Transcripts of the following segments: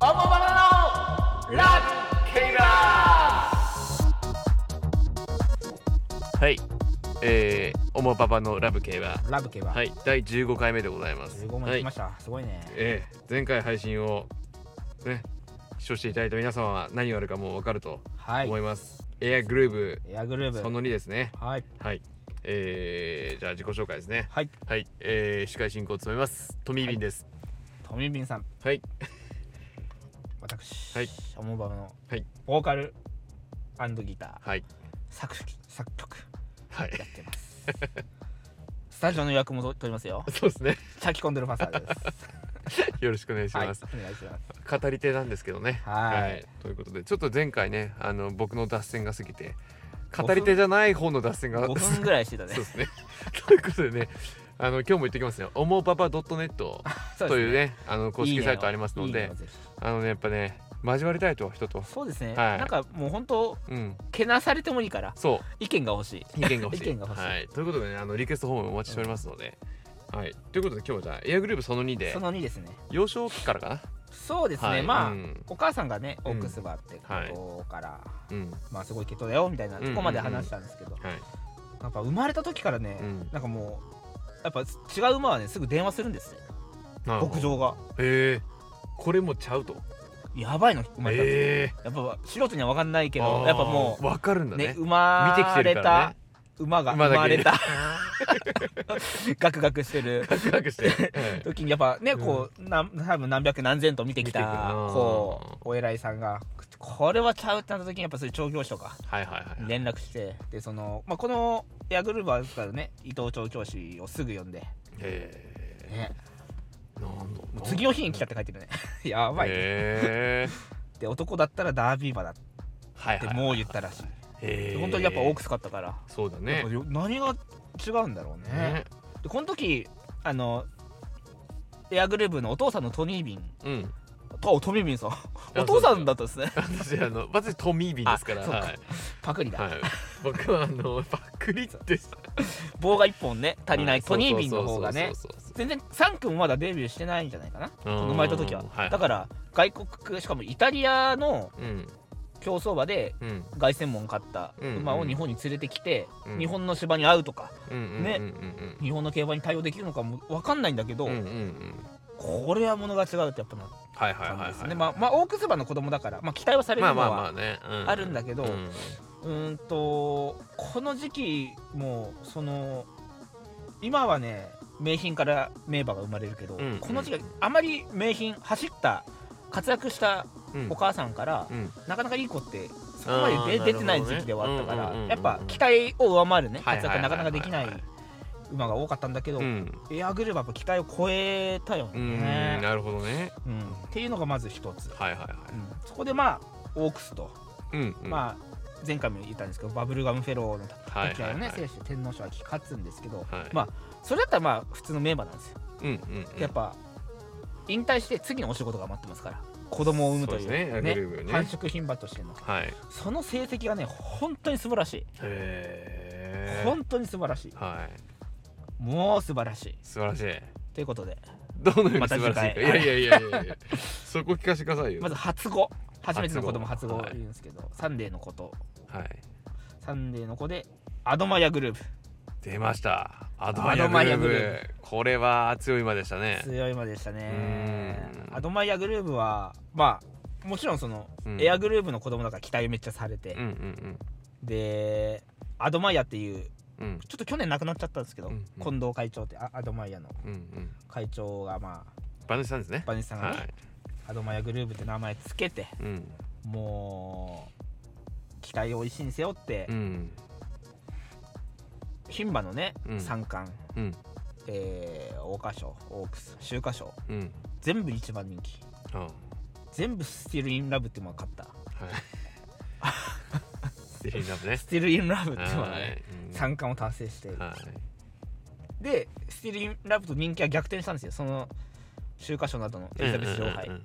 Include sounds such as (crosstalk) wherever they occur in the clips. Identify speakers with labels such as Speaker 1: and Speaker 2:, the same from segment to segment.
Speaker 1: オモバナのラッキーラ
Speaker 2: はい。えー、おもパパのラブ系は、
Speaker 1: ラブ系は、
Speaker 2: はい、第15回目でございます。
Speaker 1: 15も
Speaker 2: は
Speaker 1: 行き
Speaker 2: い
Speaker 1: ま。した、すごいね
Speaker 2: えー、前回配信を、ね、視聴していただいた皆様は何があるかもう分かると
Speaker 1: はい
Speaker 2: 思います。エアグルーブ、
Speaker 1: エアグルー
Speaker 2: そ
Speaker 1: ブ
Speaker 2: の2ですね。
Speaker 1: はい
Speaker 2: はい。えー、じゃあ自己紹介ですね。
Speaker 1: はい
Speaker 2: はい。えー、司会進行を務めます。トミービンです。
Speaker 1: トミービンさん
Speaker 2: はい。
Speaker 1: 私、
Speaker 2: はい、
Speaker 1: オモバナの
Speaker 2: はい。
Speaker 1: ボーカルギター
Speaker 2: はい。
Speaker 1: 作詞作曲
Speaker 2: はい。 (laughs)
Speaker 1: やってますスタジオの予約も取りま
Speaker 2: (laughs)
Speaker 1: すよ
Speaker 2: そうですね。
Speaker 1: チャキコンドルファサーです
Speaker 2: よろしくお願いし
Speaker 1: はいお
Speaker 2: ます。
Speaker 1: 願いします
Speaker 2: 語り手なんですけどね。
Speaker 1: はい
Speaker 2: ということでちょっと前回ねあの僕の脱線が過ぎて語り手じゃない方の脱線が
Speaker 1: 5
Speaker 2: (laughs) そう
Speaker 1: 分ぐらいしてたね
Speaker 2: ですね。ということでねあの今日も言ってきますよ「おもパパ .net」
Speaker 1: そう
Speaker 2: と
Speaker 1: です
Speaker 2: いうねあの公
Speaker 1: いい
Speaker 2: 式
Speaker 1: ね
Speaker 2: サイトありますので
Speaker 1: いいねをぜひ
Speaker 2: あのねやっぱね交わりたいと人と。
Speaker 1: そうですね、
Speaker 2: はい
Speaker 1: なんかもう本当
Speaker 2: うん、
Speaker 1: けなされてもいいから
Speaker 2: そ
Speaker 1: 意見が欲しいう
Speaker 2: 意見が欲しい
Speaker 1: (laughs) 意見が欲しい
Speaker 2: はい、ということでねあのリクエストホームお待ちしておりますので、はい、ということで今日はじゃあエアグループその2で
Speaker 1: その2ですね
Speaker 2: 幼少期からかな
Speaker 1: そうですね、
Speaker 2: はい
Speaker 1: まあ、
Speaker 2: うん
Speaker 1: お母さんがねオ
Speaker 2: うん
Speaker 1: ークスバーってことから、
Speaker 2: うんは
Speaker 1: まあすごいケトだよみたいなとこまで話したんですけど、
Speaker 2: い
Speaker 1: やっぱ生まれた時からね、
Speaker 2: うん
Speaker 1: なんかもうやっぱ違う馬はねすぐ電話するんですね
Speaker 2: なるほ
Speaker 1: 牧
Speaker 2: ど
Speaker 1: 場が
Speaker 2: へえこれもちゃうと
Speaker 1: やばいの生まれたんですよ、
Speaker 2: ええ
Speaker 1: やっぱ素人には分かんないけ
Speaker 2: あ
Speaker 1: ど
Speaker 2: ー
Speaker 1: やっぱも
Speaker 2: わかるん
Speaker 1: う
Speaker 2: だ
Speaker 1: ね
Speaker 2: ね
Speaker 1: 生ま
Speaker 2: 見てきて
Speaker 1: れ
Speaker 2: るから
Speaker 1: た
Speaker 2: ね
Speaker 1: 馬が
Speaker 2: 馬だ
Speaker 1: 生
Speaker 2: け
Speaker 1: まれた
Speaker 2: (laughs)
Speaker 1: ガクガクしてる
Speaker 2: ワクワクして
Speaker 1: 時にやっぱねこう、なん、多分何百何千と見てき
Speaker 2: 見てくる
Speaker 1: た
Speaker 2: な
Speaker 1: こうお偉いさんがこれはちゃうってなった時にやっぱそういう調教師とか
Speaker 2: (laughs) はいはいはい
Speaker 1: に (laughs) 連絡してでその、まあ、このヤグルーバーですからね伊藤調教師をすぐ呼んで、
Speaker 2: え
Speaker 1: ね、
Speaker 2: ー、なんだ
Speaker 1: もう次の日に来たって書いてるね (laughs) やばい、ね
Speaker 2: え
Speaker 1: で男だったらダービー馬だっ
Speaker 2: ー、はい
Speaker 1: て
Speaker 2: はい
Speaker 1: もう言ったらしい、
Speaker 2: え
Speaker 1: で
Speaker 2: ー、
Speaker 1: 本当にやっぱ多く使ったから、
Speaker 2: そうだ
Speaker 1: やっ
Speaker 2: ね
Speaker 1: ぱよ何が違うんだろうね
Speaker 2: ね
Speaker 1: でこの時あのエアグルーヴのお父さんのトニービン
Speaker 2: うん
Speaker 1: とトミービンさんお父さんだったんですね
Speaker 2: 私あの私トミービンですから
Speaker 1: あそうか
Speaker 2: はい、
Speaker 1: パクリだ、
Speaker 2: はい、僕はあのパクリって
Speaker 1: 棒が1本ね足りな
Speaker 2: はい
Speaker 1: トニービンの方がね
Speaker 2: そうそうそうそう
Speaker 1: 全然サン君まだデビューしてないんじゃないかな
Speaker 2: うん
Speaker 1: 生まれた時は、
Speaker 2: はい
Speaker 1: だから外国しかもイタリアの
Speaker 2: うん
Speaker 1: 競走馬で
Speaker 2: うん
Speaker 1: 凱旋門勝った馬を日本に連れてきて、
Speaker 2: うん
Speaker 1: 日本の芝に合うとか
Speaker 2: うんうん
Speaker 1: ね
Speaker 2: うんうん
Speaker 1: 日本の競馬に対応できるのかも分かんないんだけど、
Speaker 2: うんうんうんうん
Speaker 1: これはものが違うってやっぱなっ
Speaker 2: はいはいは
Speaker 1: た
Speaker 2: い
Speaker 1: ん
Speaker 2: は
Speaker 1: ですね、
Speaker 2: い
Speaker 1: まあまあオークス馬の子供だから、まあ、期待はされる
Speaker 2: まあ
Speaker 1: の
Speaker 2: ま
Speaker 1: は、
Speaker 2: あまあね、う
Speaker 1: あるんだけど
Speaker 2: うん
Speaker 1: うーんとこの時期もうその今はね名品から名馬が生まれるけど、
Speaker 2: うん
Speaker 1: この時期あまり名品走った活躍した
Speaker 2: うん
Speaker 1: お母さんから、
Speaker 2: うん
Speaker 1: なかなかいい子ってそこまで
Speaker 2: あーなるほど
Speaker 1: 出
Speaker 2: ね
Speaker 1: 出てない時期ではあったから、
Speaker 2: うんうんうんうん
Speaker 1: やっぱ期待を上回るね
Speaker 2: はいはいは
Speaker 1: 活躍
Speaker 2: いはい
Speaker 1: がなかなかできない馬が多かったんだけど、
Speaker 2: うん
Speaker 1: エアグルーバーやっぱ期待を超えたよ
Speaker 2: うん
Speaker 1: ね、
Speaker 2: なるほどね
Speaker 1: うんっていうのがまず一つ、
Speaker 2: はいはいは
Speaker 1: うんそこでまあオークスと、
Speaker 2: いうんうん
Speaker 1: まあ前回も言ったんですけどバブルガムフェローの
Speaker 2: はい
Speaker 1: 時はね、
Speaker 2: はいはい
Speaker 1: 選手天皇賞は勝つんですけど、
Speaker 2: はい
Speaker 1: まあそれだったらまあ普通のメンバーなんですよ、
Speaker 2: うんうんうん
Speaker 1: やっぱ引退して次のお仕事が待ってますから子供を産むという
Speaker 2: そうですねエアグルーヴね
Speaker 1: 繁殖牝馬としての
Speaker 2: はいへ
Speaker 1: その成績がね本当に素晴らしい、
Speaker 2: え
Speaker 1: 本当に素晴らしい
Speaker 2: はい
Speaker 1: もう素晴らしい
Speaker 2: 素晴らしい
Speaker 1: ということで
Speaker 2: どのよう
Speaker 1: ま
Speaker 2: に
Speaker 1: た
Speaker 2: 素晴
Speaker 1: 次
Speaker 2: らしい
Speaker 1: 回
Speaker 2: かいやいやいやいやいやそこ聞かせてくださいよ
Speaker 1: まず初語初めての子供初
Speaker 2: 初
Speaker 1: 語
Speaker 2: 語
Speaker 1: 言うんですけど、サンデーのこと
Speaker 2: はい
Speaker 1: サンデーの子でアドマヤグループ
Speaker 2: 出ましたアド
Speaker 1: アドマ
Speaker 2: マ
Speaker 1: イ
Speaker 2: イ
Speaker 1: ア
Speaker 2: ア
Speaker 1: グ
Speaker 2: グ
Speaker 1: ル
Speaker 2: ル
Speaker 1: ーヴ
Speaker 2: ーヴこれは強い馬でしたね
Speaker 1: 強い馬でしたね
Speaker 2: うん
Speaker 1: アドマイアグルーブはまあもちろんその、
Speaker 2: うん
Speaker 1: エアグルーブの子供だから期待めっちゃされて、
Speaker 2: うんうん
Speaker 1: でアドマイアっていう
Speaker 2: うんうん
Speaker 1: ちょっと去年亡くなっちゃったんですけど、
Speaker 2: うんうん
Speaker 1: 近藤会長ってあアドマイアの
Speaker 2: うんうん
Speaker 1: 会長がまあ
Speaker 2: 馬主さんですね
Speaker 1: 馬主さんがね、
Speaker 2: はい
Speaker 1: アドマイアグルーブって名前つけて
Speaker 2: うん
Speaker 1: もう期待を一身に背負って
Speaker 2: うん
Speaker 1: 牝馬、のね、
Speaker 2: うん
Speaker 1: 三冠、
Speaker 2: うん
Speaker 1: えー、桜花賞オークス秋華賞
Speaker 2: うん
Speaker 1: 全部一番人気
Speaker 2: あはい
Speaker 1: 全部スティール・イン・ラブっていうのが勝った
Speaker 2: ス
Speaker 1: (laughs)
Speaker 2: ティーリンラブね
Speaker 1: スティール・イン・ラブっていうのが
Speaker 2: はい
Speaker 1: ね
Speaker 2: うん
Speaker 1: 三冠を達成して
Speaker 2: はい
Speaker 1: でスティール・イン・ラブと人気は逆転したんですよその秋華賞などのエリザベス女王杯、
Speaker 2: うんうんうん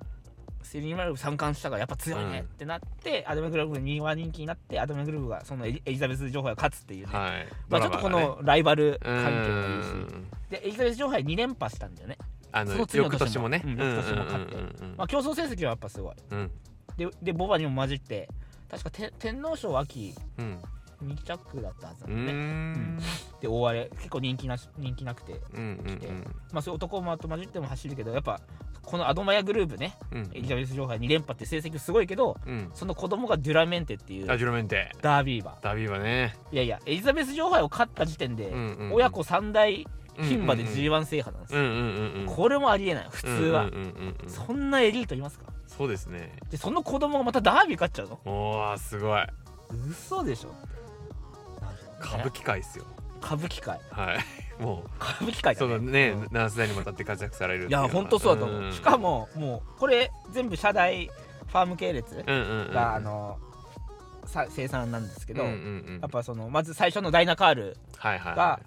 Speaker 2: うん
Speaker 1: スティール・イン・ラブ三冠したからやっぱ強いねってなって、アドメグルーブが2番人気になってアドメグルーブがそのエリエリザベス女王杯が勝つっていうね、
Speaker 2: はい。
Speaker 1: まあ、ちょっとこ
Speaker 2: ドラマがね
Speaker 1: のライバル
Speaker 2: う
Speaker 1: 関係もいいし
Speaker 2: ん
Speaker 1: でエリザベス女王杯2連覇したんだよね
Speaker 2: あの
Speaker 3: その次の
Speaker 2: 翌年もね
Speaker 3: 年もうん翌年も勝って
Speaker 2: うんうんうんうん
Speaker 1: まあ、競争成績はやっぱすごい
Speaker 2: うん
Speaker 1: ででボバにも混じって確かて天皇賞秋
Speaker 2: うん
Speaker 1: 2着だったはずな
Speaker 2: うー
Speaker 1: んで,、ね、
Speaker 2: ん
Speaker 1: で大荒れ結構人気なし人気なくて、
Speaker 2: うんうん
Speaker 1: まあ、そういう男馬と混じっても走るけどやっぱこのアドマヤグループね
Speaker 2: うんうん
Speaker 1: エリザベス女王杯2連覇って成績すごいけど
Speaker 2: うん
Speaker 1: その子供がデュラメンテっていう
Speaker 2: あジュロメンテ
Speaker 1: ダービー馬
Speaker 2: ダビーはね
Speaker 1: いやいやエリザベス女王杯を勝った時点で、
Speaker 2: うんうんうん
Speaker 1: 親子3大牝馬で
Speaker 2: うんうんうん
Speaker 1: G1 制覇なんです
Speaker 2: う
Speaker 1: よ、
Speaker 2: んうんうんうん
Speaker 1: これもありえない普通は、
Speaker 2: うんうんうんうん
Speaker 1: そんなエリートいますか
Speaker 2: そうですね
Speaker 1: でその子供がまたダービー勝っちゃうの
Speaker 2: おおすごい
Speaker 1: 嘘でしょなんだろうね
Speaker 2: 歌舞伎界っすよ
Speaker 1: 歌舞伎界
Speaker 2: はいも
Speaker 1: 歌舞伎界
Speaker 2: うそ
Speaker 1: だね
Speaker 2: のね
Speaker 1: うん
Speaker 2: 何世代にもたって活躍されるっ
Speaker 1: い
Speaker 2: てう
Speaker 1: や
Speaker 2: のは
Speaker 1: 本当そうだと思う、
Speaker 2: ん
Speaker 1: しかももうこれ全部社大ファーム系列
Speaker 2: うんうんうん
Speaker 1: が、あのさ生産なんですけど、
Speaker 2: うんうんうん
Speaker 1: やっぱそのまず最初のダイナカール
Speaker 2: はいはい
Speaker 1: が
Speaker 2: は、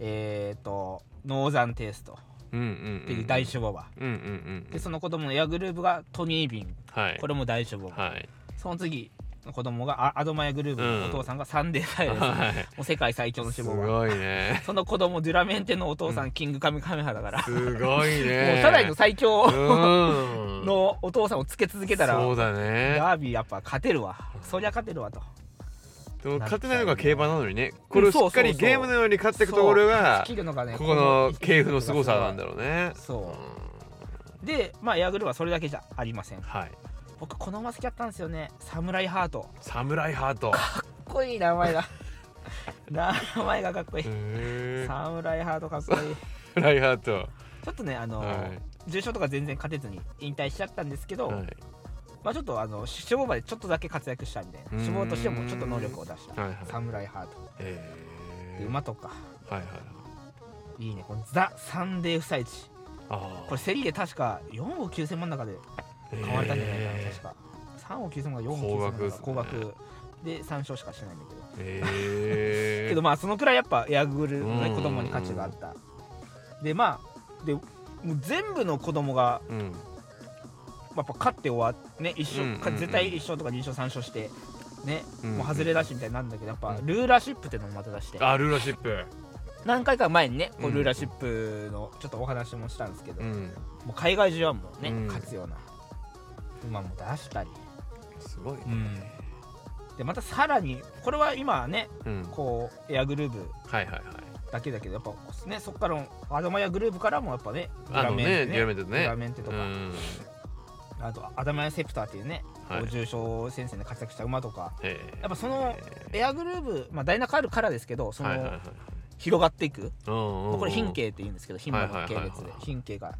Speaker 1: えっ、とノーザンテイスト
Speaker 2: いうんうん
Speaker 1: って
Speaker 2: う
Speaker 1: いうん大首母馬、
Speaker 2: うんうんうんうん
Speaker 1: でその子供のエアグループがトニー・ビン
Speaker 2: はい
Speaker 1: これも大首母馬、
Speaker 2: はい
Speaker 1: その次の子供がアアドマヤグループのお父さんがサンデーサイレンス、も
Speaker 2: は
Speaker 1: う世界最強の
Speaker 2: いす
Speaker 1: 首母馬
Speaker 2: ごいね
Speaker 1: その子供デュラメンテのお父さん、キングカメカメハだから
Speaker 2: すごいね
Speaker 1: (laughs) もう社内の最強
Speaker 2: うん
Speaker 1: (laughs) のお父さんをつけ続けたら、
Speaker 2: そうだね
Speaker 1: ダービーやっぱ勝てるわそりゃ勝てるわと
Speaker 2: でも勝てないのが競馬なのにねこれをしっかり
Speaker 1: そうそうそう
Speaker 2: ゲームのように勝っていくところが
Speaker 1: 切るのがね
Speaker 2: ここの系譜の凄さなんだろうね
Speaker 1: そう
Speaker 2: う
Speaker 1: でまあエアグルーはそれだけじゃありません
Speaker 2: んはい
Speaker 1: 僕この馬好きだったんですよねサムライハートか
Speaker 2: サムライハート
Speaker 1: っこいい名
Speaker 2: (laughs)
Speaker 1: 前だ名前がかっこいい
Speaker 2: へーサ
Speaker 1: サムライハートかっこいい
Speaker 2: ムライハート
Speaker 1: ちょっとねあの、
Speaker 2: は
Speaker 1: 重賞とか全然勝てずに引退しちゃったんですけ
Speaker 2: い
Speaker 1: ど、
Speaker 2: はい
Speaker 1: まあちょっとあの死亡馬でちょっとだけ活躍したみたいな
Speaker 2: うーん
Speaker 1: 死亡としてもちょっと能力を出した、
Speaker 2: はいはい
Speaker 1: サムライハート
Speaker 2: へ
Speaker 1: で
Speaker 2: ー
Speaker 1: 馬とか
Speaker 2: はいはいはい
Speaker 1: いいねこのザ・サンデー夫妻地
Speaker 2: あ
Speaker 1: これセリで確か4億9000万の中で
Speaker 2: れ
Speaker 1: 買われたんじゃないかな、確か3億9000万か4億9000万か
Speaker 2: 高
Speaker 1: 高
Speaker 2: 額っ
Speaker 1: 額
Speaker 2: すね
Speaker 1: で3勝しかしてないんだけど、
Speaker 2: え
Speaker 1: けどまあそのくらいやっぱエアグル
Speaker 2: う
Speaker 1: の、ね、
Speaker 2: ん
Speaker 1: 子供に価値があったでまあでもう全部の子供が
Speaker 2: うん
Speaker 1: やっぱ勝って終わってね一勝、
Speaker 2: うんうんうん
Speaker 1: 絶対1勝とか2勝3勝してね、
Speaker 2: うん
Speaker 1: もう外れだしみたいになるんだけどやっぱ
Speaker 2: うん
Speaker 1: ルーラーシップってのもまた出して
Speaker 2: あルーラーシップ
Speaker 1: 何回か前にね
Speaker 2: う
Speaker 1: こうんルーラーシップのちょっとお話もしたんですけど、
Speaker 2: う
Speaker 1: も
Speaker 2: ん
Speaker 1: う海外中はもうね、
Speaker 2: うん
Speaker 1: 勝つような馬も出したり
Speaker 2: すごいね
Speaker 1: うんでまたさらにこれは今はね
Speaker 2: うん
Speaker 1: こうエアグルーブ
Speaker 2: はいはいはい
Speaker 1: だけだけどやっぱねそこからのアドマヤグルーブからもやっぱね
Speaker 2: あのねデュラメンテね
Speaker 1: デュラメンテと
Speaker 2: う
Speaker 1: か、
Speaker 2: ん
Speaker 1: あとアダマヤセプターっていうね、
Speaker 2: はい
Speaker 1: こう重賞戦線で活躍した馬とか
Speaker 2: へー
Speaker 1: やっぱその
Speaker 2: へ
Speaker 1: エアグルーブ、まあ、ダイナカールからですけど
Speaker 2: ー
Speaker 1: そ
Speaker 2: はいはい
Speaker 1: の
Speaker 2: はい
Speaker 1: 広がっていく、
Speaker 2: うん
Speaker 1: ま
Speaker 2: う
Speaker 1: あ
Speaker 2: ん
Speaker 1: これ貧経って言うんですけど貧馬の系
Speaker 2: はいはいは
Speaker 1: 列
Speaker 2: い
Speaker 1: で
Speaker 2: はい
Speaker 1: 貧経が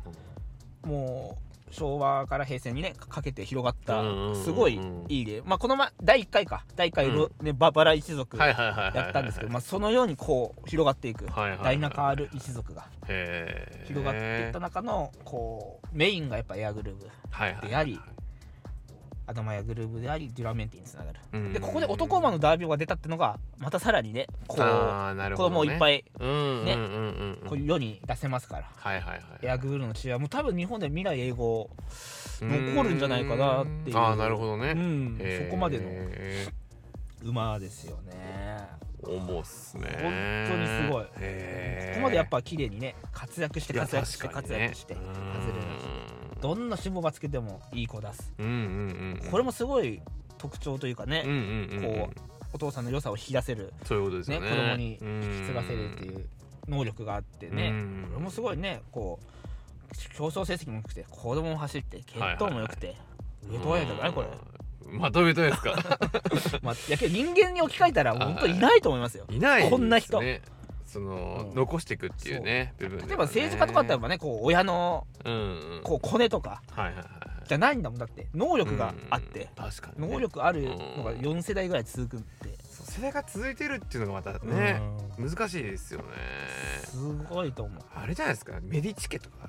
Speaker 1: もう昭和から平成にねかけて広がった
Speaker 2: うんうんうんうん
Speaker 1: すごいいい例、まあ、この前第1回か第1回ロ、ね、ババラ一族
Speaker 2: はいはいはいはい
Speaker 1: やったんですけど、まあ、そのようにこう広がっていく、
Speaker 2: はいはいはい
Speaker 1: ダイナカール一族が
Speaker 2: へー
Speaker 1: 広がっていった中のこうメインがやっぱエアグルーブ
Speaker 2: はいはい
Speaker 1: でありアドマヤグルーブでありデュラメンティにつながる、
Speaker 2: うん
Speaker 1: でここで男馬のダービーが出たってのがまたさらにねこう
Speaker 2: あーなる
Speaker 1: 子
Speaker 2: ほどね
Speaker 1: 供をいっぱい
Speaker 2: うんうん
Speaker 1: ね
Speaker 2: うんうんうん
Speaker 1: こう世に出せますから、
Speaker 2: はいはいはい
Speaker 1: エアグルーブの血はもう多分日本で未来英語残るんじゃないかなっていう
Speaker 2: うんあーなるほど
Speaker 1: う
Speaker 2: ね
Speaker 1: ん
Speaker 2: へー
Speaker 1: そこまでの馬ですよね
Speaker 2: 重っすね
Speaker 1: 本当にすごい
Speaker 2: へー
Speaker 1: ここまでやっぱ綺麗にね活躍して
Speaker 2: いや
Speaker 1: 活躍して
Speaker 2: 確かに
Speaker 1: 活
Speaker 2: ね
Speaker 1: 躍して
Speaker 2: う
Speaker 1: 外
Speaker 2: ん
Speaker 1: れなしどんな脂肪がつけてもいい子出す
Speaker 2: うんうんうん
Speaker 1: これもすごい特徴というか
Speaker 2: うん
Speaker 1: ね、
Speaker 2: うんうんうん
Speaker 1: こうお父さんの良さを引き出せる、
Speaker 2: そういうことです
Speaker 1: ね
Speaker 2: よね
Speaker 1: 子供に引き継がせるっていうう能力があって
Speaker 2: ん
Speaker 1: ね、
Speaker 2: うん
Speaker 1: これもすごいねこう競争成績も良くて子供も走って血統も良くて、上戸彩じゃないこれ、
Speaker 2: まとめとですか
Speaker 1: (laughs) まあ、やけど人間に置き換えたら本当いないと思いますよ
Speaker 2: いないですね
Speaker 1: こんな人
Speaker 2: その、
Speaker 1: うん
Speaker 2: 残していくっていうね部分ではね
Speaker 1: 例えば政治家とかだったらねこう親の
Speaker 2: うんうん
Speaker 1: こうコネとか
Speaker 2: はいはいはい
Speaker 1: じゃないんだもんだって能力があって
Speaker 2: うん確かにね、
Speaker 1: 能力あるのが4世代ぐらい続くって
Speaker 2: そう世代が続いてるっていうのがまたね、難しいですよね
Speaker 1: すごいと思
Speaker 2: あれじゃないですかメディチ家とか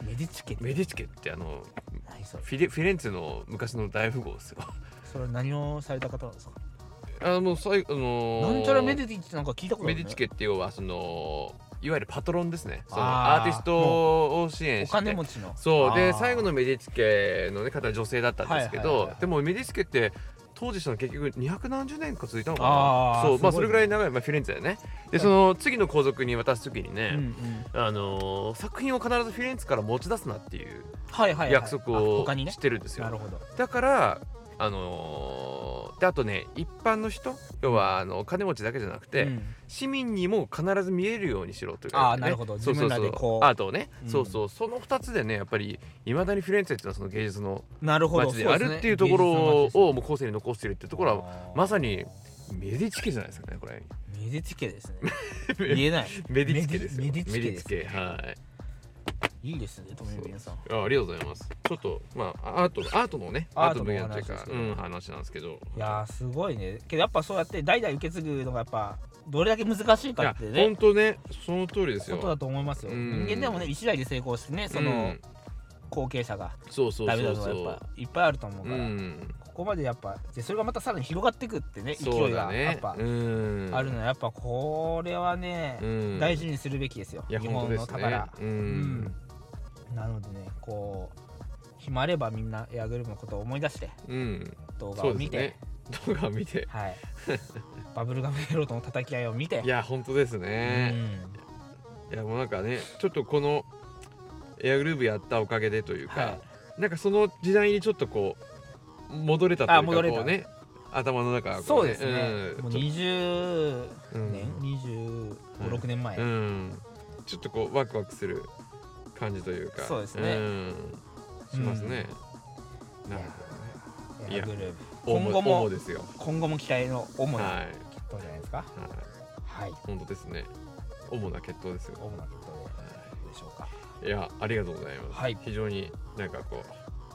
Speaker 1: うメディチ家って
Speaker 2: メディチ家ってあの
Speaker 1: 何それ
Speaker 2: フィレフィレンツェの昔の大富豪
Speaker 1: (laughs)
Speaker 2: ですよ
Speaker 1: それは何をされた方なんですか
Speaker 2: あの最あのー
Speaker 1: なんちゃらメディチってなんか聞いたことあ
Speaker 2: メ
Speaker 1: る、ね、
Speaker 2: ディチ家って要はそのいわゆるパトロンですねその
Speaker 1: あ
Speaker 2: ア
Speaker 1: ー
Speaker 2: ーティストを支援
Speaker 1: お
Speaker 2: して
Speaker 1: 金持ちの
Speaker 2: そうで
Speaker 1: あー
Speaker 2: 最後のメディチ家の、ね、方は女性だったんですけど、
Speaker 1: はいはいはいはい
Speaker 2: でもメディチ家って当時したの結局270年か続いたのか
Speaker 1: あ
Speaker 2: な
Speaker 1: ー
Speaker 2: そうまあそ
Speaker 1: すごいね
Speaker 2: れぐらい長い、まあ、フィレンツェだよねでその次の皇族に渡す時にね、
Speaker 1: うんうん
Speaker 2: あのー作品を必ずフィレンツェから持ち出すなっていう
Speaker 1: はいはいはい
Speaker 2: 約束
Speaker 1: あ
Speaker 2: を
Speaker 1: 他にね
Speaker 2: してるんですよ、
Speaker 1: なるほど
Speaker 2: だからあのーであとね一般の人要はあの金持ちだけじゃなくて、
Speaker 1: うん
Speaker 2: 市民にも必ず見えるようにしろというか、
Speaker 1: あーなるほど
Speaker 2: そうそう
Speaker 1: 自
Speaker 2: そ
Speaker 1: 分ら
Speaker 2: う
Speaker 1: でこう
Speaker 2: アートをね、
Speaker 1: うん
Speaker 2: そうそうその2つでねやっぱりいまだにフィレンツェっていうのはその芸術の
Speaker 1: なるほど
Speaker 2: 街であるっていうところをもう後世に残してるっていうところは
Speaker 1: は
Speaker 2: まさにメディチ家じゃないですかねこれ
Speaker 1: メディチ家です
Speaker 2: (laughs)
Speaker 1: ね言えない
Speaker 2: メディチ家ですよ
Speaker 1: メディメディチ家
Speaker 2: メディチ家はい
Speaker 1: いいですねトミービンさん
Speaker 2: あありがとうございます。ちょっとまあアートアートのね
Speaker 1: ア
Speaker 2: ア
Speaker 1: ー
Speaker 2: ー
Speaker 1: ト
Speaker 2: ト
Speaker 1: の
Speaker 2: の分野という
Speaker 1: 話です
Speaker 2: か、
Speaker 1: け
Speaker 2: う
Speaker 1: ど
Speaker 2: ん、話なんですけど。
Speaker 1: いやーすごいねけどやっぱそうやって代々受け継ぐのがやっぱどれだけ難しいかってね
Speaker 2: 本当ねその通りです
Speaker 1: こ
Speaker 2: よ。
Speaker 1: とだと思いますよ
Speaker 2: うん
Speaker 1: 人間でもね一代で成功してねそうの
Speaker 2: ん
Speaker 1: 後継者が
Speaker 2: そうそう
Speaker 1: ダメ
Speaker 2: そ
Speaker 1: だ
Speaker 2: う
Speaker 1: と
Speaker 2: そ
Speaker 1: は
Speaker 2: う
Speaker 1: やっぱいっぱいあると思う
Speaker 2: う
Speaker 1: から、
Speaker 2: ん
Speaker 1: ここまでやっぱでそれがまたさらに広がっていくってね勢
Speaker 2: そう
Speaker 1: い
Speaker 2: だ
Speaker 1: が
Speaker 2: ね
Speaker 1: やっぱ
Speaker 2: うん
Speaker 1: あるのはやっぱこれはね、
Speaker 2: うん
Speaker 1: 大事にするべきですよ
Speaker 2: いや
Speaker 1: 日
Speaker 2: 本当
Speaker 1: 本
Speaker 2: で
Speaker 1: の
Speaker 2: す
Speaker 1: 宝、
Speaker 2: ねうん
Speaker 1: なのでねこう暇あればみんなエアグループのことを思い出して
Speaker 2: うん
Speaker 1: 動画
Speaker 2: そ
Speaker 1: を
Speaker 2: うで
Speaker 1: 見
Speaker 2: す
Speaker 1: て、
Speaker 2: ね動画を見て
Speaker 1: はい (laughs) バブルガム野郎との叩き合いを見て
Speaker 2: いや本当ですねいやもうなんかねちょっとこのエアグルーヴやったおかげでという
Speaker 1: うん
Speaker 2: か、
Speaker 1: はい、
Speaker 2: なんかその時代にちょっとこう戻れたという
Speaker 1: あ
Speaker 2: か
Speaker 1: 戻れた
Speaker 2: こうね頭の中がこ
Speaker 1: そうですね、
Speaker 2: うん
Speaker 1: もう
Speaker 2: ちょっ
Speaker 1: 20
Speaker 2: とうん
Speaker 1: 年、2 5 6年前、
Speaker 2: うんちょっとこうワクワクする感じというか
Speaker 1: そうですね
Speaker 2: んしますね、なるい
Speaker 1: エ
Speaker 2: や
Speaker 1: アグループ
Speaker 2: ほどね
Speaker 1: 今後も
Speaker 2: 思うですよ
Speaker 1: 今後も期待の主
Speaker 2: はい、
Speaker 1: な
Speaker 2: はい、
Speaker 1: 決闘じゃないですかはい
Speaker 2: 本当ですね主な決闘ですよ
Speaker 1: 主な決闘でしょうか
Speaker 2: いやありがとうございます、
Speaker 1: はい
Speaker 2: 非常になんかこ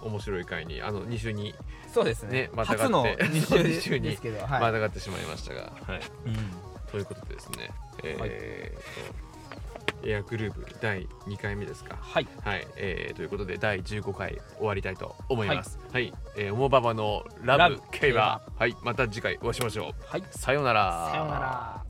Speaker 2: う面白い回にあの2週に
Speaker 1: そうですね
Speaker 2: ねまたが
Speaker 1: 初
Speaker 2: って
Speaker 1: の
Speaker 2: そう
Speaker 1: 2
Speaker 2: (laughs) 二
Speaker 1: 週
Speaker 2: 週に
Speaker 1: ですけど、はい
Speaker 2: またがってしまいましたが、はい
Speaker 1: うん
Speaker 2: ということでですね、えーとエアグループ第2回目ですか。
Speaker 1: はい
Speaker 2: はい、えーということで第15回終わりたいと思います。はい、えー、オモババのラ
Speaker 1: ラ
Speaker 2: ブ
Speaker 1: ブ
Speaker 2: 競
Speaker 1: 競馬
Speaker 2: 馬。はい、また次回お会いしましょう。
Speaker 1: はい
Speaker 2: さようなら。
Speaker 1: さようなら